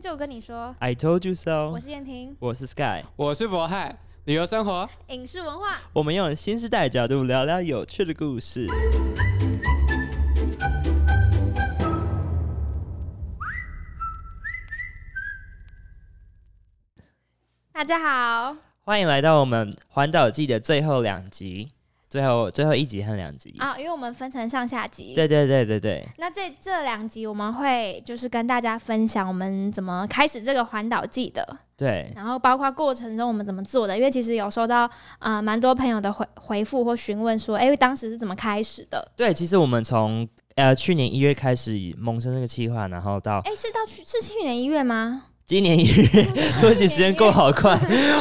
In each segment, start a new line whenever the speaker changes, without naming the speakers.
就跟你说，
I told you
我
so。
是燕婷，
我是 Sky，
我是博翰，旅游生活。
影视文化。
我们用新时代角度聊聊有趣的故事。
大家好，
欢迎来到我们环岛季的最后两集，最后最后一集和两集。
啊，因为我们分成上下集。
对对对对对，
那这这两集我们会就是跟大家分享我们怎么开始这个环岛记的，
对，
然后包括过程中我们怎么做的，因为其实有收到呃蛮多朋友的回回复或询问说，哎、当时是怎么开始的？
对，其实我们从呃去年一月开始以萌生这个计划，然后到
哎、是到去是去年一月 吗？
今年一月， 说起时间过好快，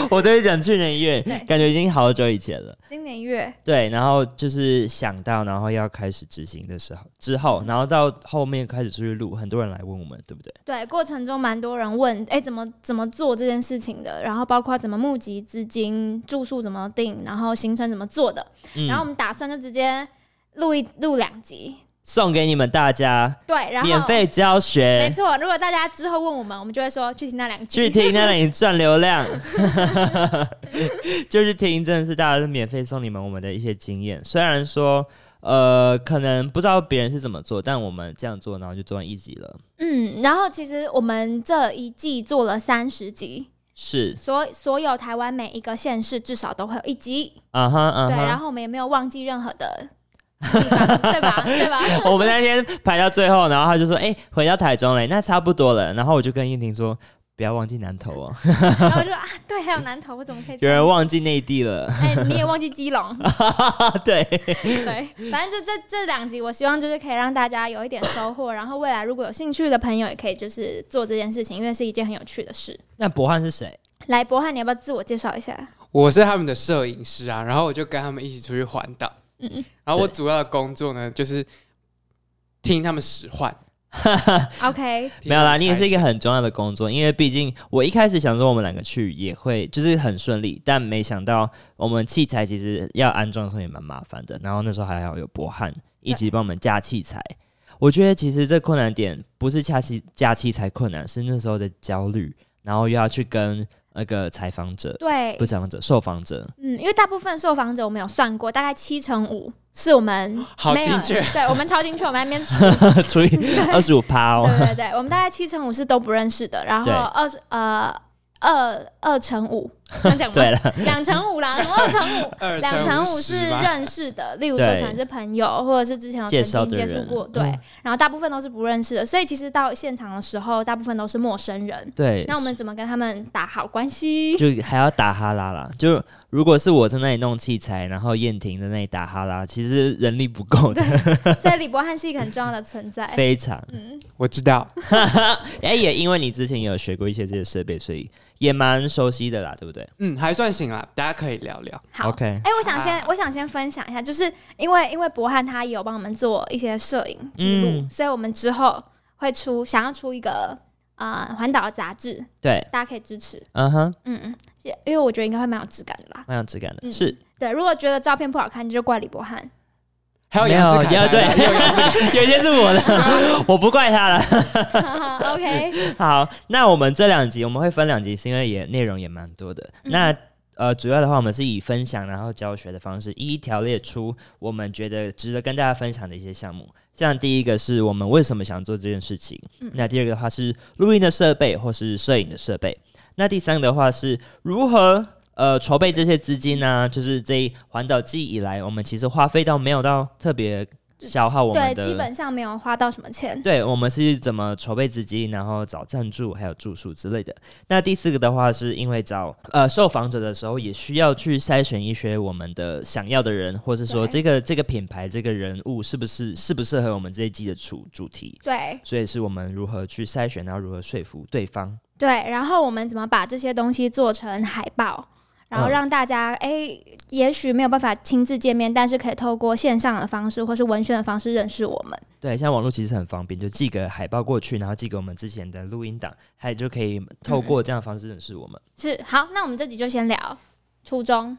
我都会讲去年一月
对，
感觉已经好久以前了。
今年一月，
对，然后就是想到，然后要开始执行的时候之后，然后到后面开始出去录，很多人来问我们，对不对？
对，过程中蛮多人问，哎，怎么怎么做这件事情的？然后包括怎么募集资金、住宿怎么定，然后行程怎么做的。
嗯
然后我们打算就直接录一录两集，
送给你们大家
对，然后
免费教
没
学，
错。如果大家之后问我们，我们就会说去听那两集。
去听那里赚 流量，就是听真的是大家是免费送你们我们的一些经验，虽然说。呃，可能不知道别人是怎么做，但我们这样做，然后就做完一集了。
嗯，然后其实我们这一季做了三十集，
是，
所所有台湾每一个县市至少都会有一集，
啊哈啊
对，然
哈。
后我们也没有忘记任何的地方，对吧？对吧？
我们那天排到最后，然后他就说：“哎、回到台中嘞，那差不多了。”然后我就跟燕婷说：“不要忘记南投哦，
然后我就说啊，对，还有南投，我怎么可以这
有
样？
人忘记内地 了。
哎、你也忘记基隆，
对，
对，反正就这这两集，我希望就是可以让大家有一点收获，然后未来如果有兴趣的朋友也可以就是做这件事情，因为是一件很有趣的事。
那博翰是谁？
来，博翰，你要不要自我介绍一下？
我是他们的摄影师啊，然后我就跟他们一起出去环岛。
嗯
然后我主要的工作呢，就是听他们使唤。
，OK，
听
没有
他
啦，
们
你也是一个
拆
很重要的工作，因为毕竟我一开始想说我们两个去也会就是很顺利，但没想到我们器材其实要安装的时候也蛮麻烦的，然后那时候还好有博翰一起帮我们架器材。我觉得其实这困难点不是架器架器材困难，是那时候的焦虑，然后又要去跟那个采访者，
对
不，是采访者，受访者，
嗯，因为大部分受访者我们有算过，大概七成五是我们
好
没有
精确，
对我们超精确，我们在那边数，
除以二十五趴哦，
对对对，我们大概七成五是都不认识的，然后
对
二十呃二二乘五，能讲吗？
对了，
两乘五啦，什么二乘五？
二
两成五是
十吧
认识的，例如说可能是朋友，或者是之前有
介
曾
绍
经
的
接
人
触过，对。然后大部分都是不认识的，所以其实到现场的时候，大部分都是陌生人。
对，
那我们怎么跟他们打好关系？
就还要打哈拉啦。就如果是我在那里弄器材，然后燕婷在那里打哈拉，其实人力不够的，
所以李博翰是一个很重要的存在。
非常。
嗯，
我知道，
哎、也因为你之前也有学过一些这些设备，所以也蛮熟悉的啦，对不对
嗯，还算行啦，大家可以聊聊。
好。
？OK，
哎、我想先，我想先分享一下，就是因为因为博翰他有帮我们做一些摄影记录，
嗯
所以我们之后会出想要出一个呃环岛的杂志，
对，
大家可以支持。
嗯哼，
嗯嗯，也因为我觉得应该会蛮有质感的啦。
蛮有质感的，
嗯
是
对，如果觉得照片不好看，就怪李博 翰。
还有
没
杨
有
思凯
要
来
对
了，还有杨思凯
有些是我的，我不怪他了。
OK，
好，那我们这两集我们会分两集，是因为也内容也蛮多的。
嗯
那呃，主要的话我们是以分享然后教学的方式，一一条列出我们觉得值得跟大家分享的一些项目。像第一个是我们为什么想做这件事情，
嗯
那第二个的话是录音的设备或是摄影的设备，那第三个的话是如何。呃，筹备这些资金呢、就是这一环岛季以来，我们其实花费到没有到特别消耗 我
对，
们的
基本上没有花到什么钱。
对，我们是怎么筹备资金，然后找赞助，还有住宿之类的。那第四个的话，是因为找呃受访者的时候，也需要去筛选一些我们的想要的人，或是说
对
这个这个品牌、这个人物是不是适不适合我们这一季的主主题。
对
所以是我们如何去筛选，然后如何说服对方。
对，然后我们怎么把这些东西做成海报，然后
嗯
让大家哎、也许没有办法亲自见面，但是可以透过线上的方式或是文宣的方式认识我们。
对，现在网络其实很方便，就寄个海报过去，然后寄给我们之前的录音档，还有就可以透过这样的方式认识我们。
是，好，那我们这集就先聊初中。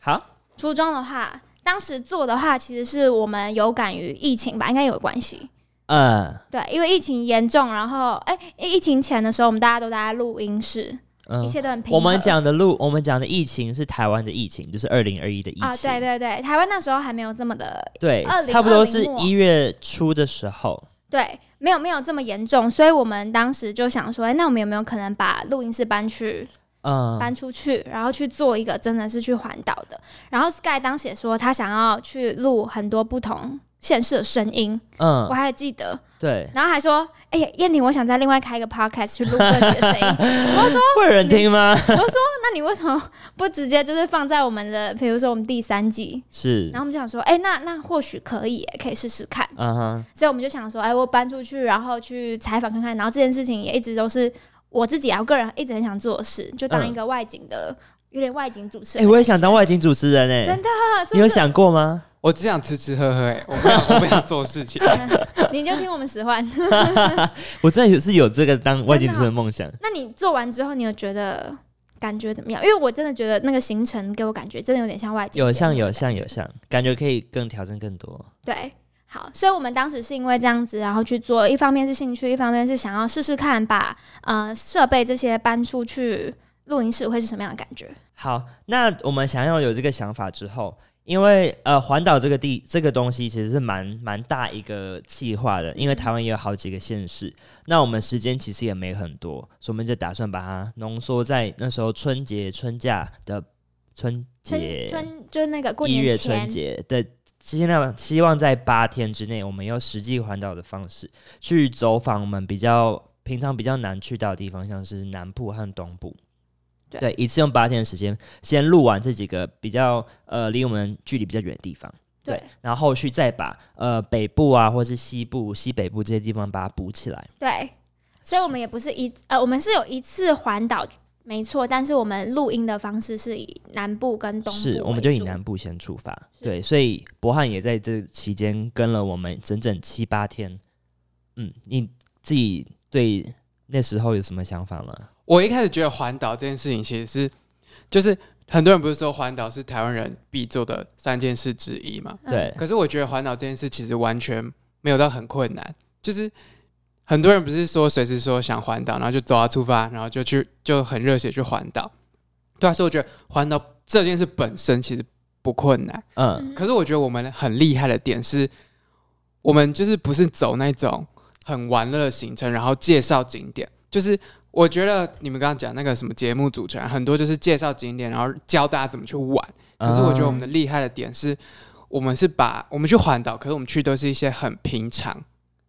好，
初中的话，当时做的话，其实是我们有感于疫情吧，应该有关系。
嗯
对，因为疫情严重，然后哎、疫疫情前的时候，我们大家都待在录音室，一
嗯，
切都很平和。
我们讲的路，我们讲的疫情是台湾的疫情，就是二零二一的疫情。
啊，对对对，台湾那时候还没有这么的，
对
2020
差不多是
末
一月初的时候。
对，没有没有这么严重，所以我们当时就想说，哎、那我们有没有可能把录音室搬去
嗯，
搬出去，然后去做一个真的是去环岛的？然后 Sky 当时也说他想要去录很多不同县市的声音，我
嗯，
还记得，
对，
然后还说，哎、呀，燕婷，我想再另外开一个 podcast 去录各级的声 音。 我说，
会有人听吗？
我说，那你为什么不直接就是放在我们的，比如说我们第三季？
是
然，后我们就想说，哎、那那或许可以耶，可以试试看。
嗯哼，
所以我们就想说，哎、我搬出去，然后去采访看看。然后这件事情也一直都是我自己啊，我个人一直很想做的事，就当一个外景的，有点外景主持
哎、
人。
我也想当外景主持人哎、
真的啊，是
你
不
有
是？
想过吗？
我只想吃吃喝喝、哎，我不想，我不想做事情。
你就听我们使唤。
我真的是有这个当
啊
外景主持人的梦想。
那你做完之后，你有觉得感觉怎么样？因为我真的觉得那个行程给我感觉真的有点像外景节目
有
的
像
感觉，
有像有像，感觉可以更挑战更多。
对。好，所以我们当时是因为这样子，然后去做，一方面是兴趣，一方面是想要试试看把呃设备这些搬出去录音室会是什么样的感觉。
好，那我们想要有这个想法之后，因为呃环岛这个地这个东西其实是蛮蛮大一个计划的，因为台湾也有好几个县市，那我们时间其实也没很多，所以我们就打算把它浓缩在那时候春节春假的春节
春春就是那个过
一月
年前
春，节的尽量希望在八天之内，我们用实际环岛的方式去走访我们比较平常比较难去到的地方，像是南部和东部。
对
一次用八天的时间，先录完这几个比较呃离我们距离比较远的地方，
对
然后后续再把呃北部啊或是西部、西北部这些地方把它补起来。
对，所以我们也不是一呃，我们是有一次环岛，没错，但是我们录音的方式是以南部跟东部
是，我们
为
就以
主
南部先出发。
是
对，所以博翰也在这期间跟了我们整整七八天。嗯，你自己对那时候有什么想法吗？
我一开始觉得环岛这件事情其实是，就是很多人不是说环岛是台湾人必做的三件事之一嘛？
嗯
对，
可是我觉得环岛这件事其实完全没有到很困难，就是很多人不是说随时说想环岛，然后就走啊出发，然后就去就很热血去环岛。对啊，所以我觉得环岛这件事本身其实不困难。
嗯，
可是我觉得我们很厉害的点是，我们就是不是走那种很玩乐的行程，然后介绍景点。就是我觉得你们刚刚讲那个什么节目主持人，很多就是介绍景点，然后教大家怎么去玩。
嗯
可是我觉得我
啊
们的厉害的点是，我们是把我们去环岛，可是我们去都是一些很平常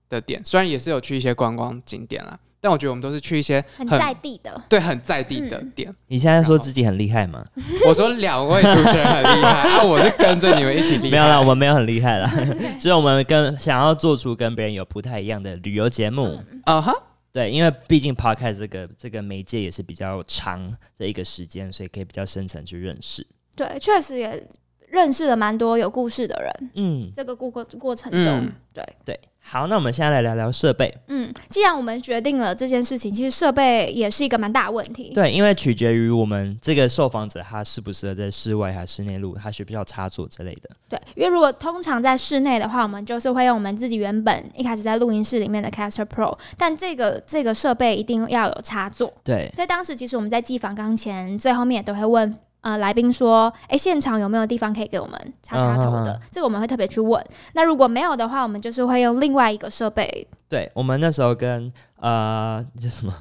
的点，虽然也是有去一些观光景点啦，但我觉得我们都是去一些
很
很
在地的，
对很在地的
嗯
点。
你现在说自己很厉害吗？
我说两位主持人很厉害，啊，我是跟着你们一起厉害。
没有啦，我们没有很厉害啦， 就是我们跟想要做出跟别人有不太一样的旅游节目。
嗯
啊哈。
对，因为毕竟 podcast 这个这个媒介也是比较长的一个时间，所以可以比较深层去认识。
对，确实也认识了蛮多有故事的人。
嗯，
这个过过过程中，
嗯
对，
对。好，那我们现在来聊聊设备。
嗯，既然我们决定了这件事情，其实设备也是一个蛮大的问题。
对，因为取决于我们这个受访者他适不适合在室外还是室内录，他需不需要插座之类的。
对，因为如果通常在室内的话，我们就是会用我们自己原本一开始在录音室里面的 Caster Pro，但这个这个设备一定要有插座。
对，
所以当时其实我们在寄访纲前最后面也都会问呃来宾说，哎，现场有没有地方可以给我们插插头的？
嗯嗯
这个我们会特别去问。那如果没有的话，我们就是会用另外一个设备。
对我们那时候跟呃叫什么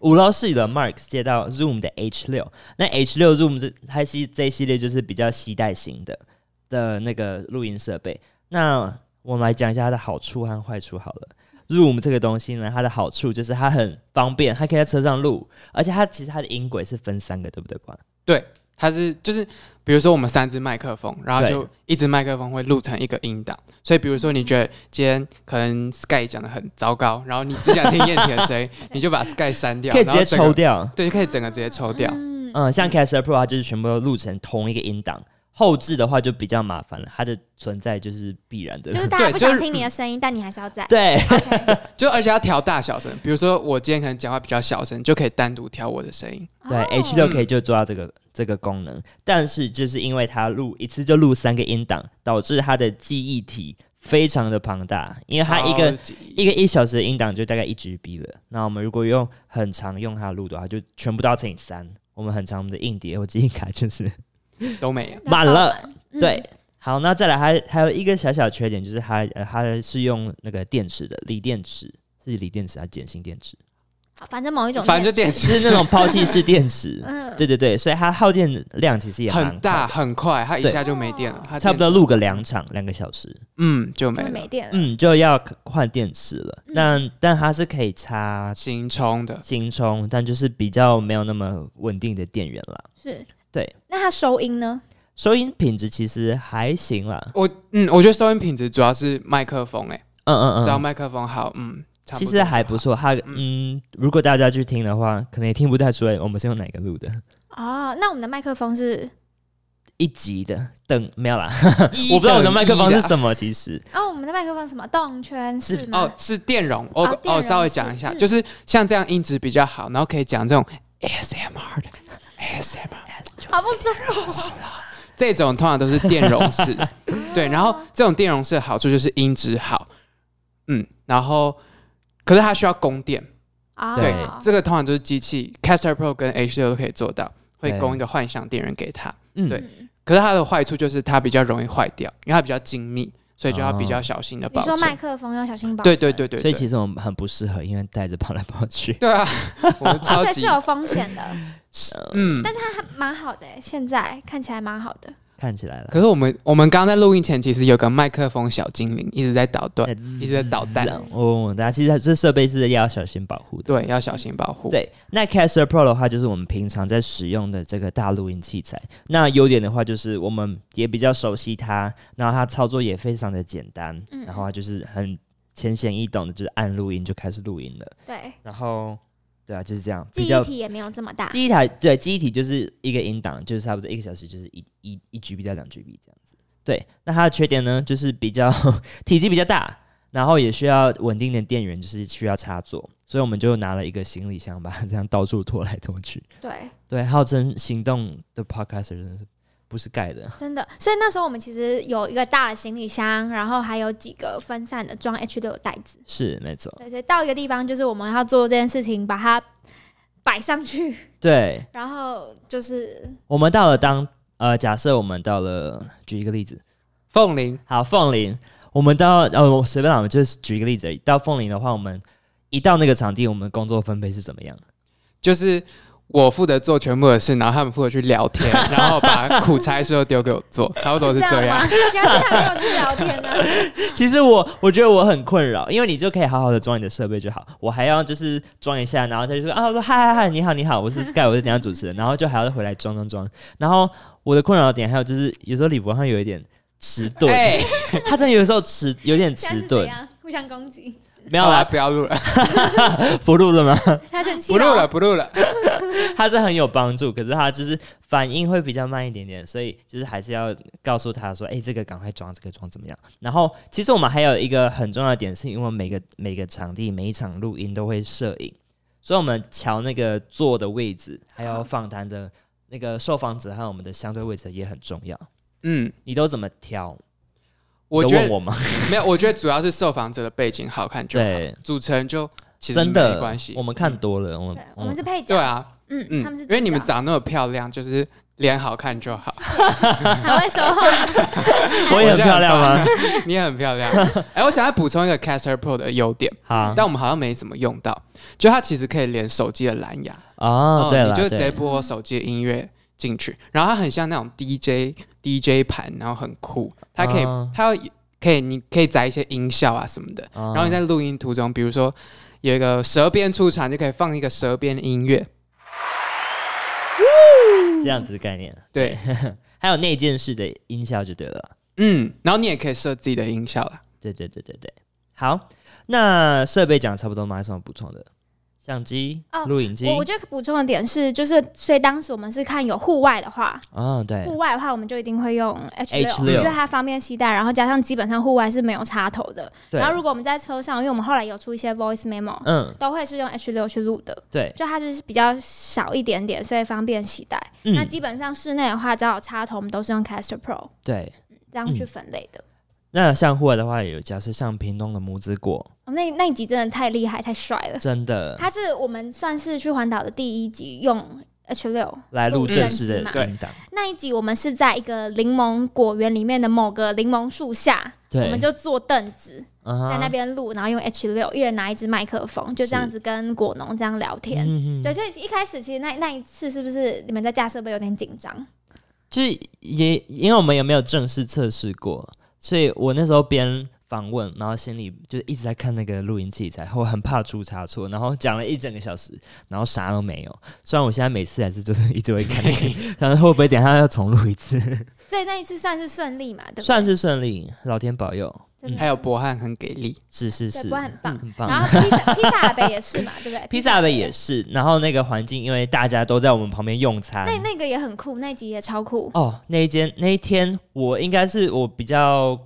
五楼室的 Mark 接到 Zoom 的 H 六，那 H 六 Zoom 这它系这一系列就是比较携带型的的那个录音设备。那我们来讲一下它的好处和坏处好了。Zoom 这个东西呢，它的好处就是它很方便，它可以在车上录，而且它其实它的音轨是分三个，对不对？关
它是就是，比如说我们三支麦克风，然后
对
就一支麦克风会录成一个音档。所以比如说你觉得今天可能 Sky 讲的很糟糕，然后你只想听燕婷的 声音，你就把 Sky 删掉，
可以直接
啊然后整个
抽，掉。
对，就可以整个直接抽掉。
嗯，
嗯，像 Caster Pro 它就是全部都录成同一个音档，后置的话就比较麻烦了，它的存在就是必然的。
就是哦大家
对
不
就
想
是
听你的声音，但你还是要在。
对，
就而且要调大小声，比如说我今天可能讲话比较小声，就可以单独调我的声音。
对
哦
H 六 K 就做到这个这个功能，但是就是因为它录一次就录三个音档，导致它的记忆体非常的庞大，因为它一个
超级
一个一小时的音档就大概一 GB 了。那我们如果用很长用它的录的话，就全部都要乘以三。我们很长，我们的硬碟或记忆卡就是
都没有。
满了。
嗯
对，，好，那再来还还有一个小小缺点，就是它呃它是用那个电池的锂电池，是锂电池还是碱性电池？
好反正某一种，。
反正就电，池
是那种抛弃式电池
嗯，
对对对，所以它耗电量其实也蛮
很大，
快
很快，它一
对
下就没电了。它
的，差不
电
多
池
录个两场两个小时，
嗯就
就
没了，
没电了。
嗯，就要换电池了。
嗯
但但它是可以插
行充的
新充，但就是比较没有那么稳定的电源啦。
是，
对。
那它收音呢？
收音品质其实还行啦，
我嗯，我觉得收音品质主要是麦克风、欸，
嗯嗯
只要
嗯，
麦克风好，嗯，差
其
多
实
就
还
好
不。错。它嗯，如果大家去听的话，可能也听不太出来我们是用哪个录的，
哦，那我们的麦克风是
一级的等没有啦，
一
我不知道我的
等
麦克
一
风
的
是什么，其实
哦，我们的麦克风是什么动圈
是
是
哦
吗？，
是电容，我
哦电
哦
容
稍微
是
讲一下，
嗯
就是像这样音质比较好，然后可以讲这种 ASMR 的 ASMR
好不舒服。
这种，通常都是电 容式， 对，然后这种电容式的好处就是音质好，嗯，然后可是它需要供电，
啊，
对
哦，
这个通常就是机器 Caster Pro 跟 H 六都可以做到，会
对
供一个幻想电源给它，
嗯
对可是它的坏处就是它比较容易坏掉，因为它比较精密，所以就要比较小心的
哦你
保
说
存。
麦克风要小心保
对
存，
对对对
所
对，
以其实我们很不适合，因为带着跑来跑去。
对啊，我们超
而且
级
哦是有风险 的，
呃
嗯，
它蛮好的欸，现在看起来蛮好的。
看起来了，
可是我们我们刚刚在录音前，其实有个麦克风小精灵一直在捣蛋，
在
一直在捣蛋。
哦，大家其实这设备是要小心保护的。
对，要小心保护。，
对，那 Caster Pro 的话，就是我们平常在使用的这个大录音器材。那优点的话，就是我们也比较熟悉它，然后它操作也非常的简单，
嗯
然后它就是很浅显易懂的，就是按录音就开始录音了。
对，
然后，对啊，就是这样，
记
比
忆
较
体也没有这么大。
记忆台对记忆体就是一个音档，就是差不多一个小时，就是一一一 GB 到两 GB 这样子。对，那它的缺点呢，就是比较 体积比较大，然后也需要稳定的电源，就是需要插座，所以我们就拿了一个行李箱，把它这样到处拖来拖去。
对，
对，号称行动的 podcaster 真的是不是盖的？
真的。所以那时候我们其实有一个大的行李箱，然后还有几个分散的装 H 六的袋子。
是没错，
对，所以到一个地方，就是我们要做这件事情，把它摆上去，
对
然后就是
我们到了当呃，假设我们到了，举一个例子，
凤梨
好，凤林，我们到呃，我随便啦，我们就是举一个例子而已。到凤林的话，我们一到那个场地，我们工作分配是怎么样？
就是我负责做全部的事，然后他们负责去聊天，然后把苦差事都丢给我做，差不多是这
这样
样。
吗？ 你要是他没有去聊天啊呢、
其实我我觉得我很困扰，因为你就可以好好的装你的设备就好，我还要就是装一下，然后他就说啊，我说嗨嗨嗨，你好你好，我是 Sky，我是等下主持人，然后就还要回来装装装。然后我的困扰点还有就是，有时候李博他有一点迟钝，
哎，
他真的有时候迟有点
现在
迟
是怎
钝，
样？啊互相攻击，
没有
好啦，
啦，
不要录了，
不录了吗？
他生气
不录了，。不录了。
他是很有帮助，可是他就是反应会比较慢一点点，所以就是还是要告诉他说，哎、这个赶快装，这个装怎么样？然后其实我们还有一个很重要的点，是因为每个每个场地每一场录音都会摄影，所以我们瞧那个坐的位置，还有访谈的那个受访者和我们的相对位置也很重要。
嗯，
你都怎么挑？
我
有
觉
问
得
我 吗？
没有，我觉得主要是受访者的背景好看就好，
对，
主持人就其实
真的
没关系。
我们看多了，我们
对，我们是配角。
嗯对啊，
嗯，
嗯
他们是，
因为你们
主角
长那么漂亮，就是脸好看就好。
还会说话，
我也很漂亮啊吗？
你也很漂亮。哎、我想要补充一个 Caster Pro 的优点，
好
但我们好像没怎么用到，就它其实可以连手机的蓝牙，
哦，对
嗯你
了，
就直
对，
接播手机的音乐进去，然后它很像那种 DJ DJ 盘，然后很酷，它可以、
哦
它可以你可以载一些音效啊什么的，
然
然后你在录音途中，比如说有一个蛇鞭出场，就可以放一个蛇鞭音乐，
这样子的概念。
对，
还有内建式的音效就对了啦。
嗯，然后你也可以设自己的音效啦。
对对对对对，好，那设备讲差不多吗？还有什么补充的？相机
哦、
录影机
我我觉得补充的点是，就是所以当时我们是看有户外的话，
哦，对，
户外的话我们就一定会用 H 六因
H6
为它方便携带，然后加上基本上户外是没有插头的。
对
然，后如果我们在车上，因为我们后来有出一些 voice memo，、
嗯，
都会是用 H 六去录的，
对，
就它就是比较少一点点，所以方便携带。那
嗯，
基本上室内的话，只要有插头，我们都是用 Caster Pro
对。嗯
这样去分类的。
那像户外的话，也有假设像屏东的拇指果，
哦那那一集真的太厉害，太帅 了。
真的
它是我们算是去环岛的第一集，用 H 六
来录
录
正
正
式
式
的
嘛
音档，
那一集，我们是在一个柠檬果园里面的某个柠檬树下，
对，
我们就坐凳子
嗯哼
在那边录，然后用 H 六，一人拿一支麦克风，就这样
是
子跟果农这样聊天。
嗯
对，，所以一开始其实那那一次是不是你们在架设备有点紧张？
就是也因为我们也没有正式测试过，所以我那时候边访问，然后心里就一直在看那个录音器材，我很怕出差错，然后讲了一整个小时，然后啥都没有。虽然我现在每次还是就是一直会看那个， 想说会不会等一下要重录一次，
所以那一次算是顺利嘛，对不对？
算是嗯顺利，老天保佑，
真的
还有博汉很给力，
是是
嗯对，
是，
不过很棒。
嗯很
然
棒。
后披萨披萨阿北也是嘛，对不对？
披萨的也
是，
是，然后那个环境，因为大家都在我们旁边用餐，
那那个也很酷，那集也超酷。
哦，那一间那一天我应该是我比较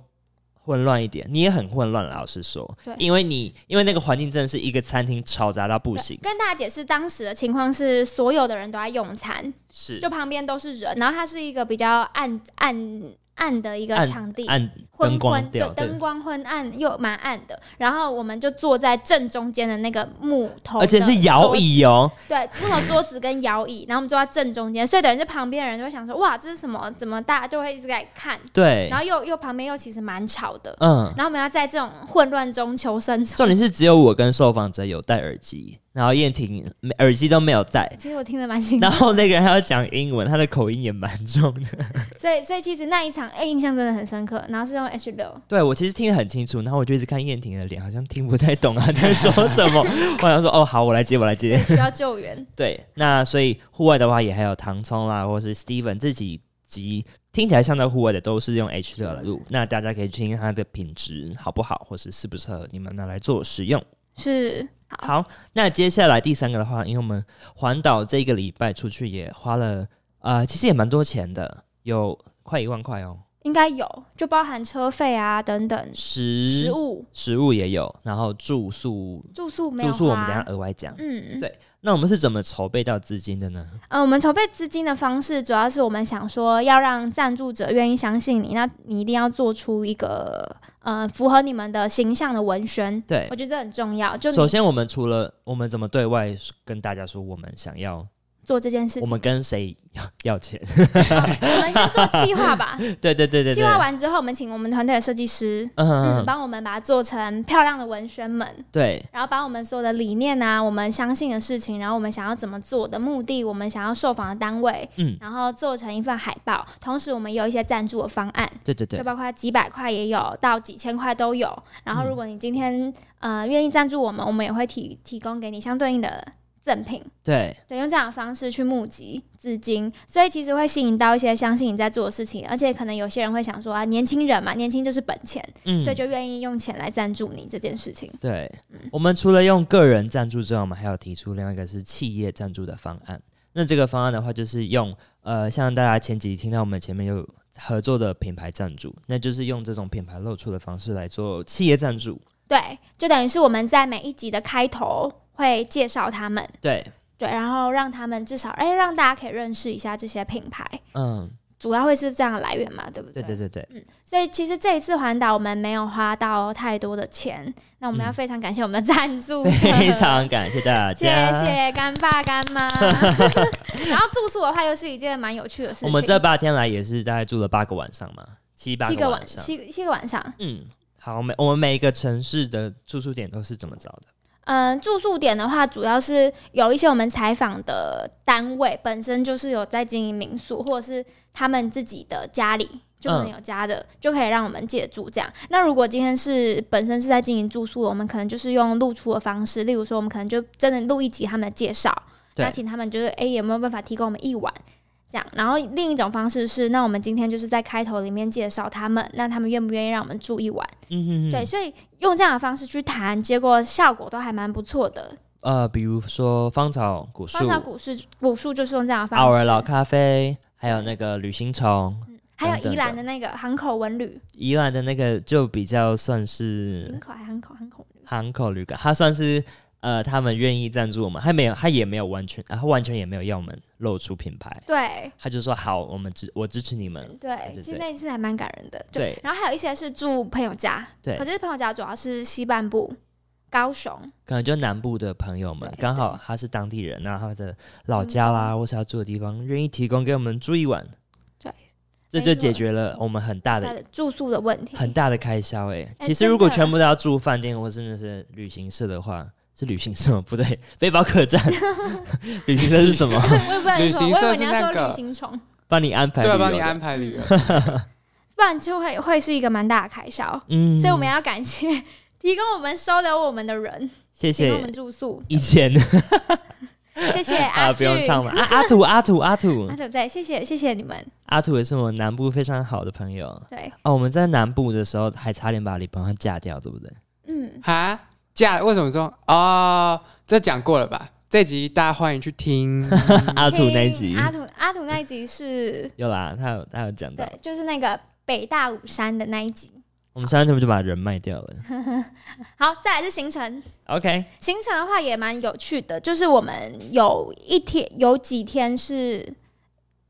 混乱一点，你也很混乱，老实说
对，
因为你因为那个环境真的是一个餐厅嘈杂到不
对
行，
跟大家解释当时的情况是，所有的人都在用餐，
是
就旁边都是人，然后它是一个比较暗暗暗的一个
暗
场地，
按
昏
灯光
昏
调，
对
对，
灯光昏暗又蛮暗的，然后我们就坐在正中间的那个木头，
而且是摇，椅哦，
对，木头桌子跟摇椅，然后我们坐在正中间，所以等于是旁边的人就会想说，哇，这是什么？怎么大家就会一直在看，
对
然，后又又旁边又其实蛮吵的，
嗯，
然后我们要在这种混乱中求生存。
重点是只有我跟受访者有戴耳机，然后燕婷没耳机都没 有戴。
其实我听得蛮辛苦
然，后那个人还要讲英文，他的口音也蛮重的。
所以所以其实那一场哎、印象真的很深刻，然后是用 H 六，
对我其实听得很清楚，然后我就一直看燕婷的脸，好像听不太懂她在说什 么。我想说，哦，好，我来接，我来接。
需要救援。
对，那所以户外的话，也还有唐葱啦，或是 Steven 自己集，听起来像在户外的都是用 H 六来录，那大家可以去听它的品质好不好，或是适不适合你们拿来做使用。
是好，
好，那接下来第三个的话，因为我们环岛这一个礼拜出去也花了，呃，其实也蛮多钱的，有快一万块哦，
应该有，就包含车费啊等等，
食
食物、
食物也有，然后住宿
住宿没有
住
花。
宿我们等一下额外讲。
嗯，
对那我们是怎么筹备到资金的呢？
呃，我们筹备资金的方式，主要是我们想说要让赞助者愿意相信你，那你一定要做出一个呃符合你们的形象的文宣，
对
我，觉得这很重要。就
首
你
先，我们除了我们怎么对外跟大家说我们想要，
做这件事
我
情，
们跟谁要 要钱？
我们先做企划吧。
对对对对
计
对，
划完之后，我们请我们团队的设计师，
嗯
嗯，
嗯，嗯
帮我们把它做成漂亮的文宣们，
对
然后把我们所有的理念啊，我们相信的事情，然后我们想要怎么做的目的，我们想要受访的单位，
嗯
然后做成一份海报。同时，我们也有一些赞助的方案，
对对
就
对，
包括几百块也有，到几千块都有。然后，
嗯
如果你今天、呃愿意赞助我们，我们也会提提供给你相对应的赠品。
对
对，用这样的方式去募集资金，所以其实会吸引到一些相信你在做的事情，而且可能有些人会想说啊，年轻人嘛，年轻就是本钱，
嗯
所以就愿意用钱来赞助你这件事情。
对。我们除了用个人赞助之外，我们还有提出另外一个是企业赞助的方案。那这个方案的话，就是用呃，像大家前几集听到我们前面有合作的品牌赞助，那就是用这种品牌露出的方式来做企业赞助。
对，就等于是我们在每一集的开头会介绍他们，
对，
对，然后让他们至少哎，让大家可以认识一下这些品牌，
嗯，
主要会是这样的来源嘛，对不
对对对对，
所以其实这一次环岛我们没有花到太多的钱，那我们要
嗯
非常感谢我们的赞助者，
非常感谢大
谢
家。
谢干爸干 妈。然后住宿的话，又是一件蛮有趣的事情。
我们这八天来也是大概住了八个晚上嘛，七八
七个晚
晚上。
七七个晚上，
嗯，好，每我们每一个城市的住宿点都是怎么找的？
嗯、住宿点的话，主要是有一些我们采访的单位本身就是有在经营民宿，或者是他们自己的家里。就可能
嗯
有家的，就可以让我们借住这样。那如果今天是本身是在经营住宿，我们可能就是用露出的方式，例如说我们可能就真的录一集他们的介绍，
对
那请他们就是哎、诶有没有办法提供我们一晚这样？然后另一种方式是，那我们今天就是在开头里面介绍他们，那他们愿不愿意让我们住一晚？
嗯哼哼
对，，所以用这样的方式去谈，结果效果都还蛮不错的。
呃，比如说芳草古树、
芳草股市股数就是用这样的
奥尔
方
老
式，
咖啡，还有那个旅行虫，
还
等
有
等
宜兰的那个航口文旅，
宜兰的那个就比较算是
新口还航口航口文旅，
港口旅馆，它算是呃，他们愿意赞助我们，他没有，他也没有完全，啊、他完全也没有要我们露出品牌，
对
他就说好，我们支我支持你们，
对，
对
其实那一次还蛮感人的。就
对
然后还有一些是住朋友家，
对
可是朋友家主要是西半部，高雄，
可能就南部的朋友们
对，嗯
刚好他是当地人，然后他的老家啦，或是他住的地方，愿意提供给我们住一晚，
对，
这就解决了我们很大
它
的
的住宿的问题。
很大的开销诶、
哎
其实
真的
如果全部都要住饭店或真的是旅行社的话，是旅行社吗 不对，背包客栈，旅行社是什么？
我也不能
旅
说，
行
我以
社
为
是
你要
那
说
个
旅行虫，
帮你安排，
对，啊
啊
帮你安，排旅游。
不然就会会是一个蛮大的开销。
嗯
所以我们要感谢提供我们收留我们的人，
谢
提供我
谢
们住宿，
一千
谢谢
啊，
阿
不用
俊
唱了，啊阿土阿土阿土
阿土在，谢谢谢谢你们，
阿土也是我南部非常好的朋友
对，
哦，我们在南部的时候还差点把李鹏汉嫁掉，对不对？
嗯，
哈，嫁为什么说哦？这讲过了吧？这集大家欢迎去听。
阿土那一
听
集
嗯阿土阿土那一集 是，
有啦，他有他有讲到，
对，就是那个北大武山的那一集。
我们三天就把人卖掉了。
好，再来是行程，
OK，
行程的话也蛮有趣的，就是我们有一天有几天是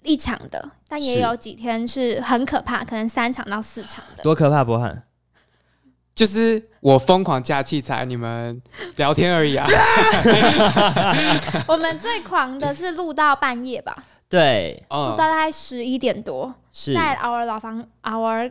一场的，但也
是
有几天是很可怕，可能三场到四场的。
多可怕，博汉！
就是我疯狂架器材，你们聊天而已啊。
我们最狂的是录到半夜吧，
对，
录
哦
到，大概十一点多，
嗯是
在 our 老房 our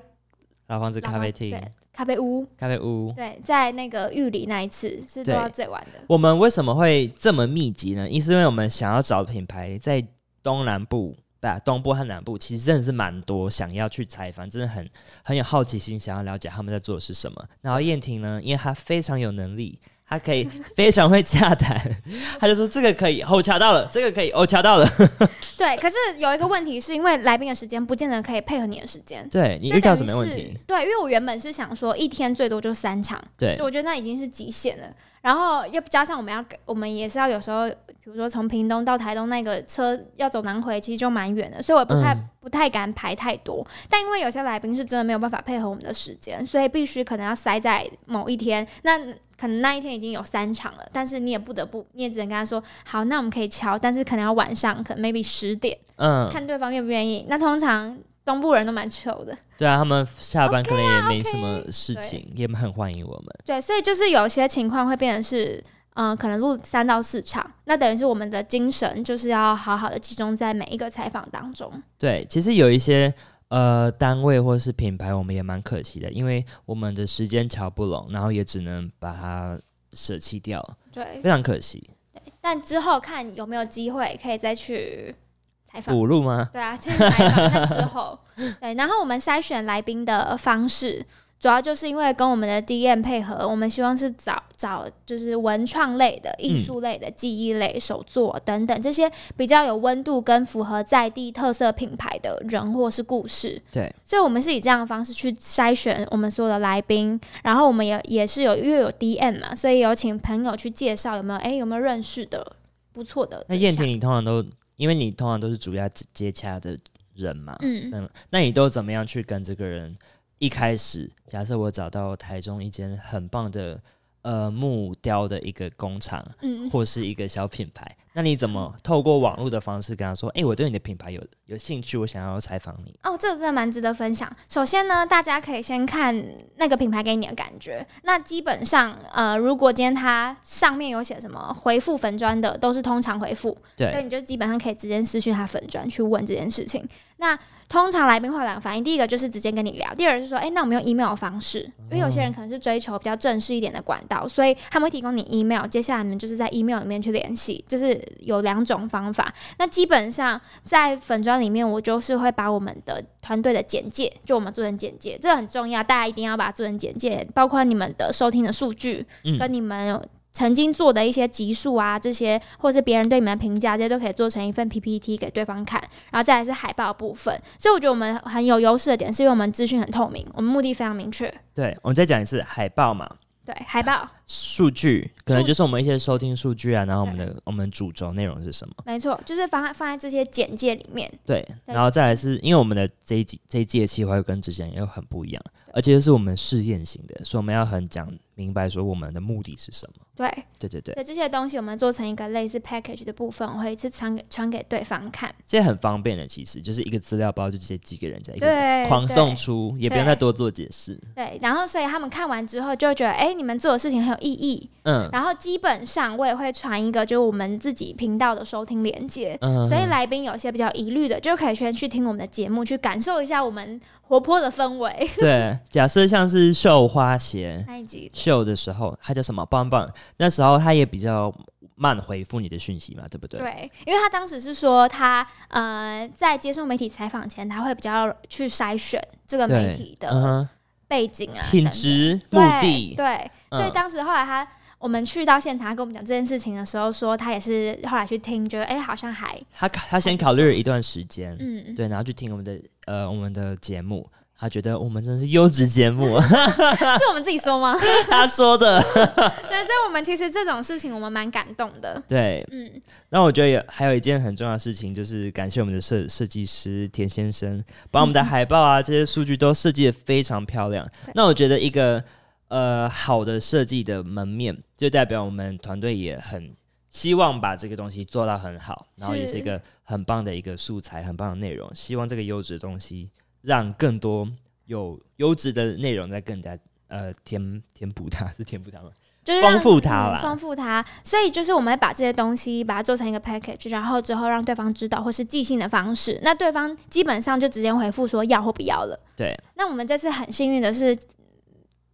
老房子咖啡厅、
对咖啡屋，
咖啡屋。
对，在那个玉里那一次是录
对
到最晚的。
我们为什么会这么密集呢？一是因为我们想要找的品牌在东南部。对啊，东部和南部其实真的是蛮多想要去采访，真的很很有好奇心，想要了解他们在做的是什么。然后燕婷呢，因为她非常有能力，她可以非常会洽谈， 她就说这个可以，哦，查到了，这个可以，哦，查到了。
对，可是有一个问题，是因为来宾的时间不见得可以配合你的时间。
对你
所以
遇到
等
什
于
么问
是
题？？
对，因为我原本是想说一天最多就三场，
对
就我觉得那已经是极限了。然后又加上我们要，我们也是要有时候，比如说从屏东到台东那个车要走南回，其实就蛮远的，所以我不太、
嗯
不太敢排太多。但因为有些来宾是真的没有办法配合我们的时间，所以必须可能要塞在某一天。那可能那一天已经有三场了，但是你也不得不，你也只能跟他说好，那我们可以敲，但是可能要晚上，可能 maybe 十点，
嗯，
看对方愿不愿意。那通常东部人都蛮糗的。
对啊，他们下班可能也没什
OK
么事情也很欢迎我们。
对，所以就是有些情况会变成是，嗯、可能录三到四场，那等于是我们的精神就是要好好的集中在每一个采访当中。
对，其实有一些呃单位或是品牌，我们也蛮可惜的，因为我们的时间瞧不拢，然后也只能把它舍弃掉，
对，
非常可惜。
但之后看有没有机会可以再去采访。
补录吗？
对啊，去采访那之后， 对，然后我们筛选来宾的方式。主要就是因为跟我们的 DM 配合，我们希望是找找就是文创类的、艺术类的、技艺类、手作等等这些比较有温度跟符合在地特色品牌的人或是故事。
对，
所以我们是以这样的方式去筛选我们所有的来宾，然后我们也也是有因为有 DM 嘛，所以有请朋友去介绍有没有哎有没有认识的不错的
那
对
燕
象
婷，你通常都因为你通常都是主要接接洽的人嘛，
嗯
那么那你都怎么样去跟这个人？一开始，假设我找到台中一间很棒的呃木雕的一个工厂，
嗯，
或是一个小品牌，那你怎么透过网络的方式跟他说？哎、我对你的品牌有有兴趣，我想要采访你。
哦，这个真的蛮值得分享。首先呢，大家可以先看那个品牌给你的感觉。那基本上，呃，如果今天它上面有写什么回复粉砖的，都是通常回复，所以
对，
你就基本上可以直接私讯他粉砖去问这件事情。那通常来宾会有两个反应，第一个就是直接跟你聊，第二个是说，哎、那我们用 email 的方式，因为有些人可能是追求比较正式一点的管道，所以他们会提供你 email，接下来你们就是在 email 里面去联系，就是有两种方法。那基本上在粉砖里面，我就是会把我们的团队的简介，就我们做成简介，这个很重要，大家一定要把它做成简介，包括你们的收听的数据，
嗯，
跟你们曾经做的一些集数啊，这些或是别人对你们的评价，这些都可以做成一份 PPT 给对方看。然后再来是海报部分，所以我觉得我们很有优势的点，是因为我们资讯很透明，我们目的非常明确。
对，我们再讲一次海报嘛，
对，海报
数据，可能
数
就是我们一些收听数据啊，然后我们的我们主轴内容是什么？
没错，就是放放在这些简介里面，
对，
对
然后再来是因为我们的这一季这一季的计划跟之前又很不一样，而且是我们试验型的，所以我们要很讲明白说我们的目的是什么。
对，
对对对，
所以这些东西我们做成一个类似 package 的部分，我会一次传给传给对方看，
这很方便的，其实就是一个资料包就直接寄给人家，一个
对，
狂
对
送出，也不用
对
再多做解释。
对，然后所以他们看完之后就会觉得，哎、你们做的事情很有意义。
嗯
然后基本上我也会传一个，就是我们自己频道的收听链接。
嗯，
所以来宾有些比较疑虑的，就可以先去听我们的节目，去感受一下我们活泼的氛围。
对，假设像是绣花鞋
那一集，
秀的时候，它叫什么棒棒，那时候它也比较慢回复你的讯息嘛，对不对？
对，因为他当时是说他呃在接受媒体采访前，他会比较去筛选这个媒体
嗯
的
哼
背景啊、等
品
等
质、目
对
的，
对，所以
嗯
当时后来他。我们去到现场，他跟我们讲这件事情的时候，说他也是后来去听，觉得哎、好像还
他考他先考虑了一段时间，
嗯，
对，然后去听我们的呃我们的节目，他觉得我们真的是优质节目，
是我们自己说吗？
他说的
对，所以我们其实这种事情我们蛮感动的。
对。
嗯，
那我觉得也还有一件很重要的事情，就是感谢我们的设设计师田先生，把我们的海报啊这些数据都设计的非常漂亮
对。
那我觉得一个呃好的设计的门面，就代表我们团队也很希望把这个东西做到很好，然后也是一个很棒的一个素材，很棒的内容。希望这个优质的东西，让更多有优质的内容再更加呃填填补它，是填补它吗？
就是让
丰富它啦
嗯丰、富它。所以就是我们会把这些东西把它做成一个 package，然后之后让对方知道或是寄信的方式，那对方基本上就直接回复说要或不要了。
对，
那我们这次很幸运的是，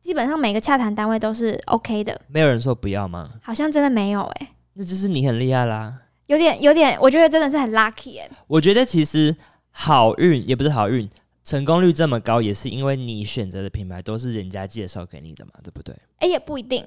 基本上每个洽谈单位都是 OK 的，
没有人说不要吗？
好像真的没有哎、
那就是你很厉害啦。
有点有点，我觉得真的是很 lucky 哎、
我觉得其实好运也不是好运，成功率这么高，也是因为你选择的品牌都是人家介绍给你的嘛，对不对？
哎、也不一定。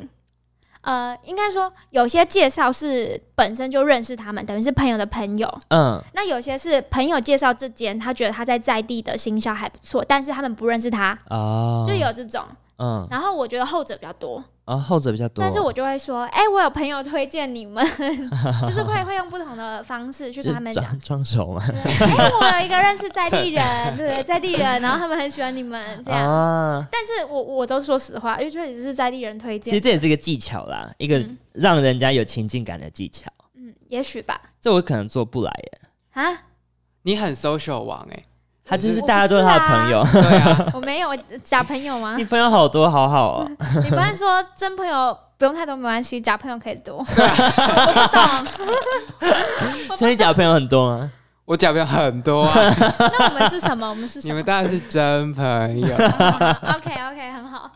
呃，应该说有些介绍是本身就认识他们，等于是朋友的朋友，
嗯，
那有些是朋友介绍这间，他觉得他在在地的行销还不错，但是他们不认识他，
哦，
就有这种。
嗯
然后我觉得后者比较多，
啊，后者比较多，
但是我就会说，哎、我有朋友推荐你们， 就是会会用不同的方式去
就
跟他们讲。
装装熟嘛，
对哎、 我有一个认识在地人，对不对？在地人，然后他们很喜欢你们这样。
啊，
但是我我都说实话，因为确实是在地人推
其实
荐，
这也是一个技巧啦，一个
嗯
让人家有亲近感的技巧。
嗯，也许吧。
这我可能做不来耶，
啊，
你很 social 王哎、
他就是
我
大家都是他的 朋友，
对啊，
我 没有我假朋友吗
你？朋友好多，好好哦。
你不是说真朋友不用太多没关系，假朋友可以 多。我不懂，啊
所以你假朋友很多吗？
我假朋友很多啊，
那我们是什么？我们是什
你
么
们当然是真朋友。
？OK OK，很好。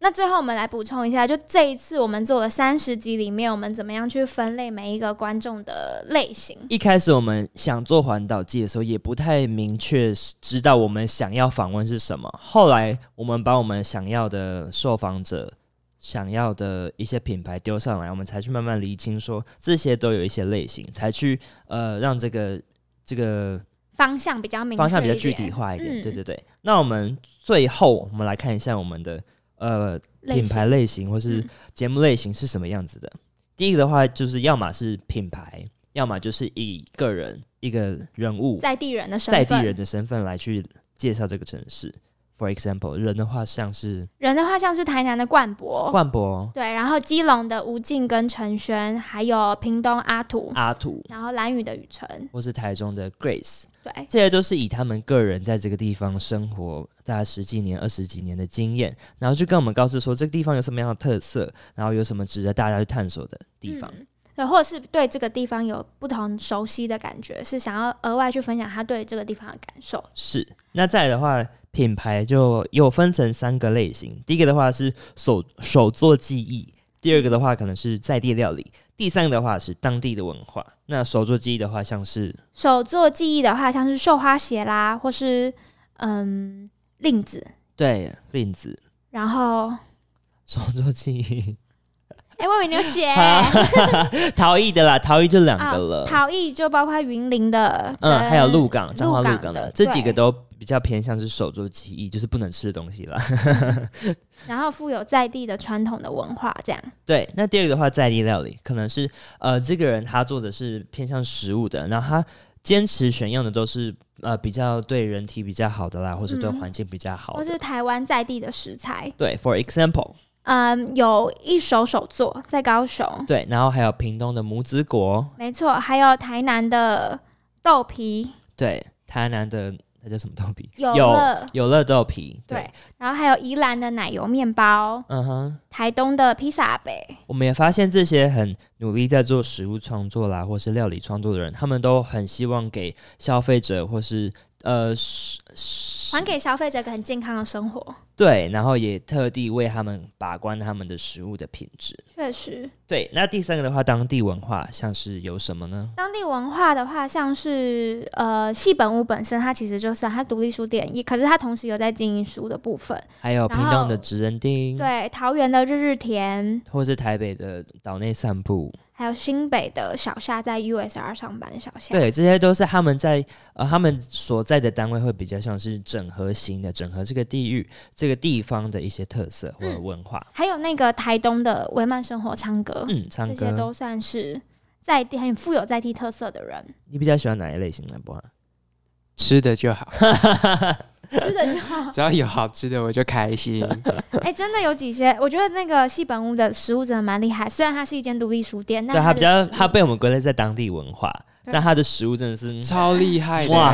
那最后我们来补充一下，就这一次我们做了三十集里面，我们怎么样去分类每一个观众的类型？
一开始我们想做环岛记的时候，也不太明确知道我们想要访问是什么。后来我们把我们想要的受访者、想要的一些品牌丢上来，我们才去慢慢厘清说这些都有一些类型，才去呃让这个这个
方向比较明确，
方向比较具体，化一点。
嗯
对对对。那我们最后我们来看一下我们的呃
类
品
型
牌类型或是
嗯
节目类型是什么样子的。第一个的话，就是要么是品牌，要么就是以个人一个人物
在地人的身
在
份，
地人的身份来去介绍这个城市。For example，人的话像是
人的话，像是台南的冠博，
冠博、
对，然后基隆的吴静跟陈轩，还有屏东阿土，
阿土，
然后蓝屿的雨辰，
或是台中的 Grace，
对，
这些都是以他们个人在这个地方生活大概十几年、二十几年的经验，然后就跟我们告诉说这个地方有什么样的特色，然后有什么值得大家去探索的地方。
嗯对，或者是对这个地方有不同熟悉的感觉，是想要额外去分享他对这个地方的感受。
是，那再来的话，品牌就又分成三个类型。第一个的话是手手作技艺，第二个的话可能是在地料理，第三个的话是当地的文化。那手作技艺的话，像是
手作技艺的话，像是绣花鞋啦，或是嗯令子，
对令子
然后
手作技艺，
哎，我以为你 有写
好 陶艺的啦，陶艺就两
啊
个了，
陶艺，就包括云林的，
嗯，
跟
还有鹿港、彰化
鹿
鹿
港
港
的
的这几
对
个都比较偏向是手作技艺，就是不能吃的东西啦。
然后富有在地的传统的文化，这样
对，那第二个的话，在地料理可能是呃，这个人他做的是偏向食物的，然后他坚持选用的都是呃比较对人体比较好的啦，或是对
嗯
环境比较好
或
的。
是台湾在地的食材。
对，for example，
嗯，有一手手作在高雄，
对，然后还有屏东的母子果，
没错，还有台南的豆皮
对，台南的那叫什么豆皮？
有
有
乐，
有乐豆皮，对，
对，然后还有宜兰的奶油面包，
嗯哼。
台东的披萨呗，
我们也发现这些很努力在做食物创作啦，或是料理创作的人，他们都很希望给消费者或是呃是
还给消费者一个很健康的生活。
对，然后也特地为他们把关他们的食物的品质。
确实，
对，那第三个的话，当地文化像是有什么呢？
当地文化的话，像是呃，戏本屋本身它其实就是它独立书店，也可是它同时有在经营书的部分。
还有屏
然后
东的职人町，
对，桃园的日日田，
或是台北的岛内散步，
还有新北的小夏在 USR 上班的小夏。
对，这些都是他们在呃他们所在的单位会比较像是整合型的，整合这个地域这个地方的一些特色或者
嗯
文化。
还有那个台东的维曼生活唱歌，
嗯，唱
这
歌
些都算是在地很富有在地特色的 人。
你比较喜欢哪一类型的 不好？
吃的就好，
是的就好。
只要有好吃的我就开心。
哎、真的有几些，我觉得那个戏本屋的食物真的蛮厉害。虽然它是一间独立书店，但
对，它
它
比较它
它
被我们归类在当地文化，
对
但它的食物真 的是
超厉害的
哇，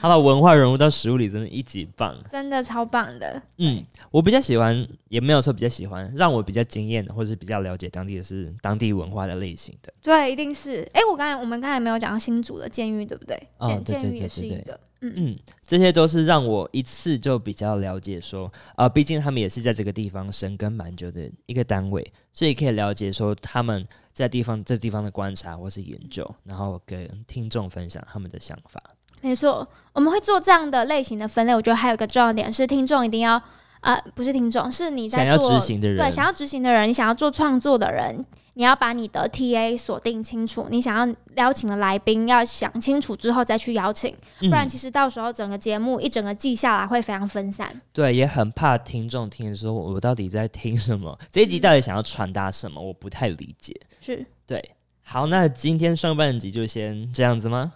它把文化融入到食物里，真的一级棒。
真的超棒的。
嗯，我比较喜欢，也没有说比较喜欢，让我比较惊艳的，或者是比较了解当地的是当地文化的类型的。
对，一定是。哎、我刚才我们刚才没有讲到新竹的监狱，对不对？
哦
监
对对
监狱也
对
是
对
一
对
个，嗯，
嗯，这些都是让我一次就比较了解说，呃，毕竟他们也是在这个地方生根蛮久的一个单位，所以可以了解说呃他们在地方这地方的观察或是研究，然后跟听众分享他们的想法。
没错。我们会做这样的类型的分类，我觉得还有一个重要点是，听众一定要，呃，不是听众，是你
想
在
要
做
执行的人，
对想要执行的人，你想要做创作的人，你要把你的 TA 锁定清楚，你想要邀请的来宾要想清楚之后再去邀请，
不
不然其实到时候整个节目一整个记下来会非常分散。
对也很怕听众听说我到底在听什么，这一
嗯
集到底想要传达什么，我不太理解。
是，
对，好，那今天上半集就先这样子吗？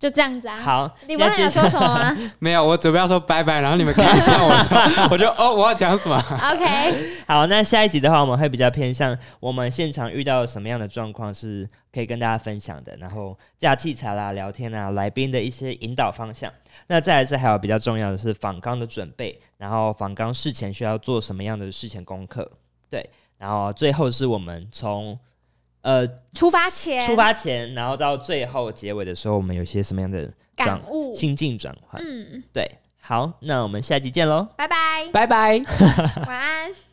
就这样子啊。
好，
你
那
忘了
接
有
下
说什么吗
没有，我准备要说拜拜，然后你们看一下我说，我就哦，我要讲什么？
？OK，
好，那下一集的话，我们会比较偏向我们现场遇到什么样的状况是可以跟大家分享的，然后架器材啦、聊天啊、来宾的一些引导方向。那再来是还有比较重要的是访纲的准备，然后访纲事前需要做什么样的事前功课，对，然后最后是我们从呃
出发前，
出发前，然后到最后结尾的时候，我们有些什么样的
感悟，
心境转换？
嗯，
对，好，那我们下集见喽，
拜拜，
拜拜。
晚安。